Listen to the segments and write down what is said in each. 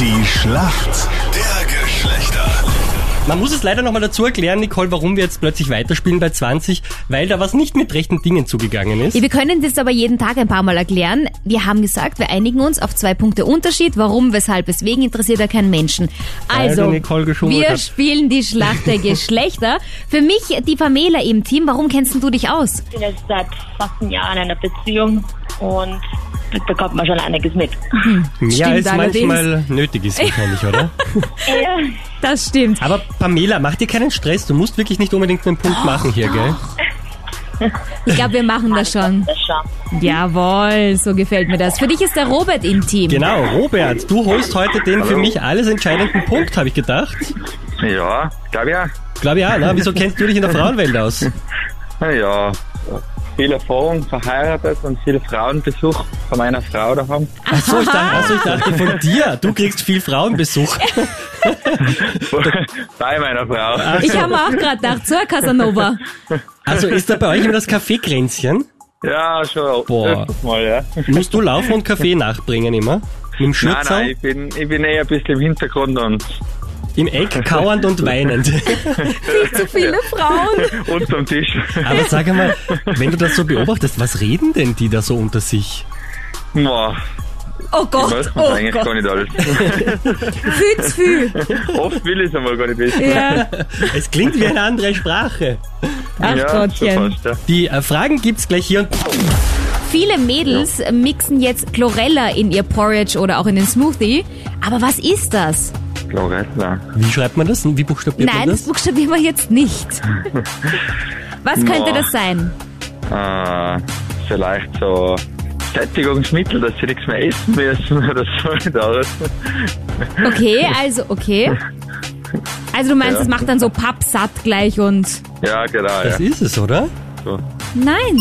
Die Schlacht der Geschlechter. Man muss es leider nochmal dazu erklären, Nicole, warum wir jetzt plötzlich weiterspielen bei 20, weil da was nicht mit rechten Dingen zugegangen ist. Ja, wir können das aber jeden Tag ein paar Mal erklären. Wir haben gesagt, wir einigen uns auf zwei Punkte Unterschied. Warum, weshalb, weswegen interessiert ja keinen Menschen. Also, die Nicole geschummelt wir hat. spielen die Schlacht der Geschlechter. Für mich die Pamela im Team. Warum kennst denn du dich aus? bin jetzt seit fast einem Jahr in einer Beziehung und da bekommt man schon einiges mit. Mehr als stimmt allerdings. manchmal nötig ist wahrscheinlich, oder? Ja, Das stimmt. Aber Pamela, mach dir keinen Stress. Du musst wirklich nicht unbedingt einen Punkt machen hier, gell? Ich glaube, wir machen das schon. das schon. Jawohl, so gefällt mir das. Für dich ist der Robert im Team. Genau, Robert, du holst heute den für mich alles entscheidenden Punkt, habe ich gedacht. Ja, glaube ja. Glaube ja, na, ne? wieso kennst du dich in der Frauenwelt aus? Ja, viel Erfahrung, verheiratet und viele Frauenbesuch von meiner Frau daheim. Ach so, ich dachte, ach so, ich dachte von dir. Du kriegst viel Frauenbesuch. Bei meiner Frau. Ich habe mir auch gerade gedacht, so ein Casanova. Also ist da bei euch immer das Kaffeekränzchen? Ja, schon Boah. öfters mal, ja. Musst du laufen und Kaffee nachbringen immer? Mit dem Nein, Schürzau? nein, ich bin, ich bin eher ein bisschen im Hintergrund und Im Eck kauernd und weinend. Viel zu viele Frauen. unterm Tisch. Aber sag einmal, wenn du das so beobachtest, was reden denn die da so unter sich? Boah, Oh Gott, weiß man oh eigentlich Gott. gar nicht alles. Viel zu viel. Oft will ich es einmal gar nicht wissen. Ja. Es klingt wie eine andere Sprache. Ach ja, Gottchen. So fast, ja. Die äh, Fragen gibt's gleich hier und Viele Mädels mixen jetzt Chlorella in ihr Porridge oder auch in den Smoothie. Aber was ist das? Chlorella. wie schreibt man das? Wie buchstabiert Nein, man das das? buchstabieren wir jetzt nicht. Was könnte Boah. das sein? Äh, vielleicht so Sättigungsmittel, dass sie nichts mehr essen müssen oder so. Da. Okay, also, okay. Also du meinst, Ja. es macht dann so pappsatt gleich und... Ja, genau, ja. Das ist es, oder? So. Nein,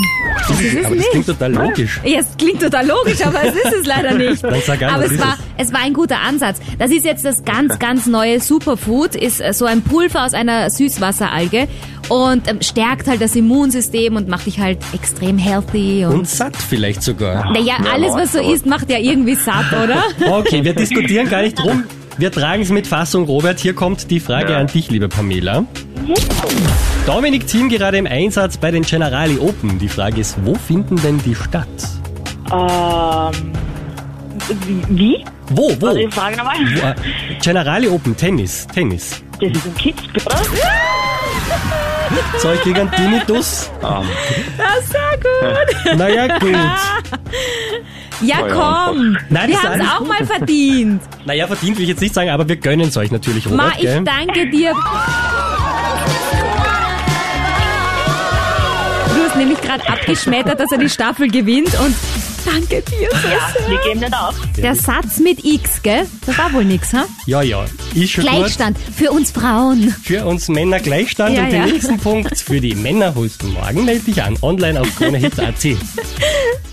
das ist es Aber das klingt nicht. total logisch. Ja, es klingt total logisch, aber es ist es leider nicht. Dann sag an, aber was es ist war, es war ein guter Ansatz. Das ist jetzt das ganz, ganz neue Superfood, ist äh, so ein Pulver aus einer Süßwasseralge und ähm, stärkt halt das Immunsystem und macht dich halt extrem healthy und... Und satt vielleicht sogar. naja, Ja, alles, was so aber- isst, macht ja irgendwie satt, oder? Okay, wir diskutieren gar nicht rum. Wir tragen es mit Fassung, Robert. Hier kommt die Frage Ja. an dich, liebe Pamela. Dominik Thiem gerade im Einsatz bei den Generali Open. Die Frage ist, wo finden denn die statt? Ähm, wie? Wo, wo? Also, ich frage nochmal. Wo, äh, Generali Open, Tennis, Tennis. Das ist ein Kitzbühel, oder? Zeug gegen Tinnitus. Ah, Das sag gut. Naja, gut. Ja, Oh ja. komm. Nein, wir das ist haben es alles auch gut. mal verdient. Naja, verdient will ich jetzt nicht sagen, aber wir gönnen es euch natürlich, Robert. Ma, ich gell? danke dir. Du hast nämlich gerade abgeschmettert, dass er die Staffel gewinnt und danke dir. Ja, wir geben nicht auf. Der Satz mit X, gell? Das war wohl nix, ha? ja, ja. Ist schon gut. Gleichstand für uns Frauen. Für uns Männer Gleichstand Ja, und ja. den nächsten Punkt für die Männer holst du morgen. Meld dich an online auf kronehit.at.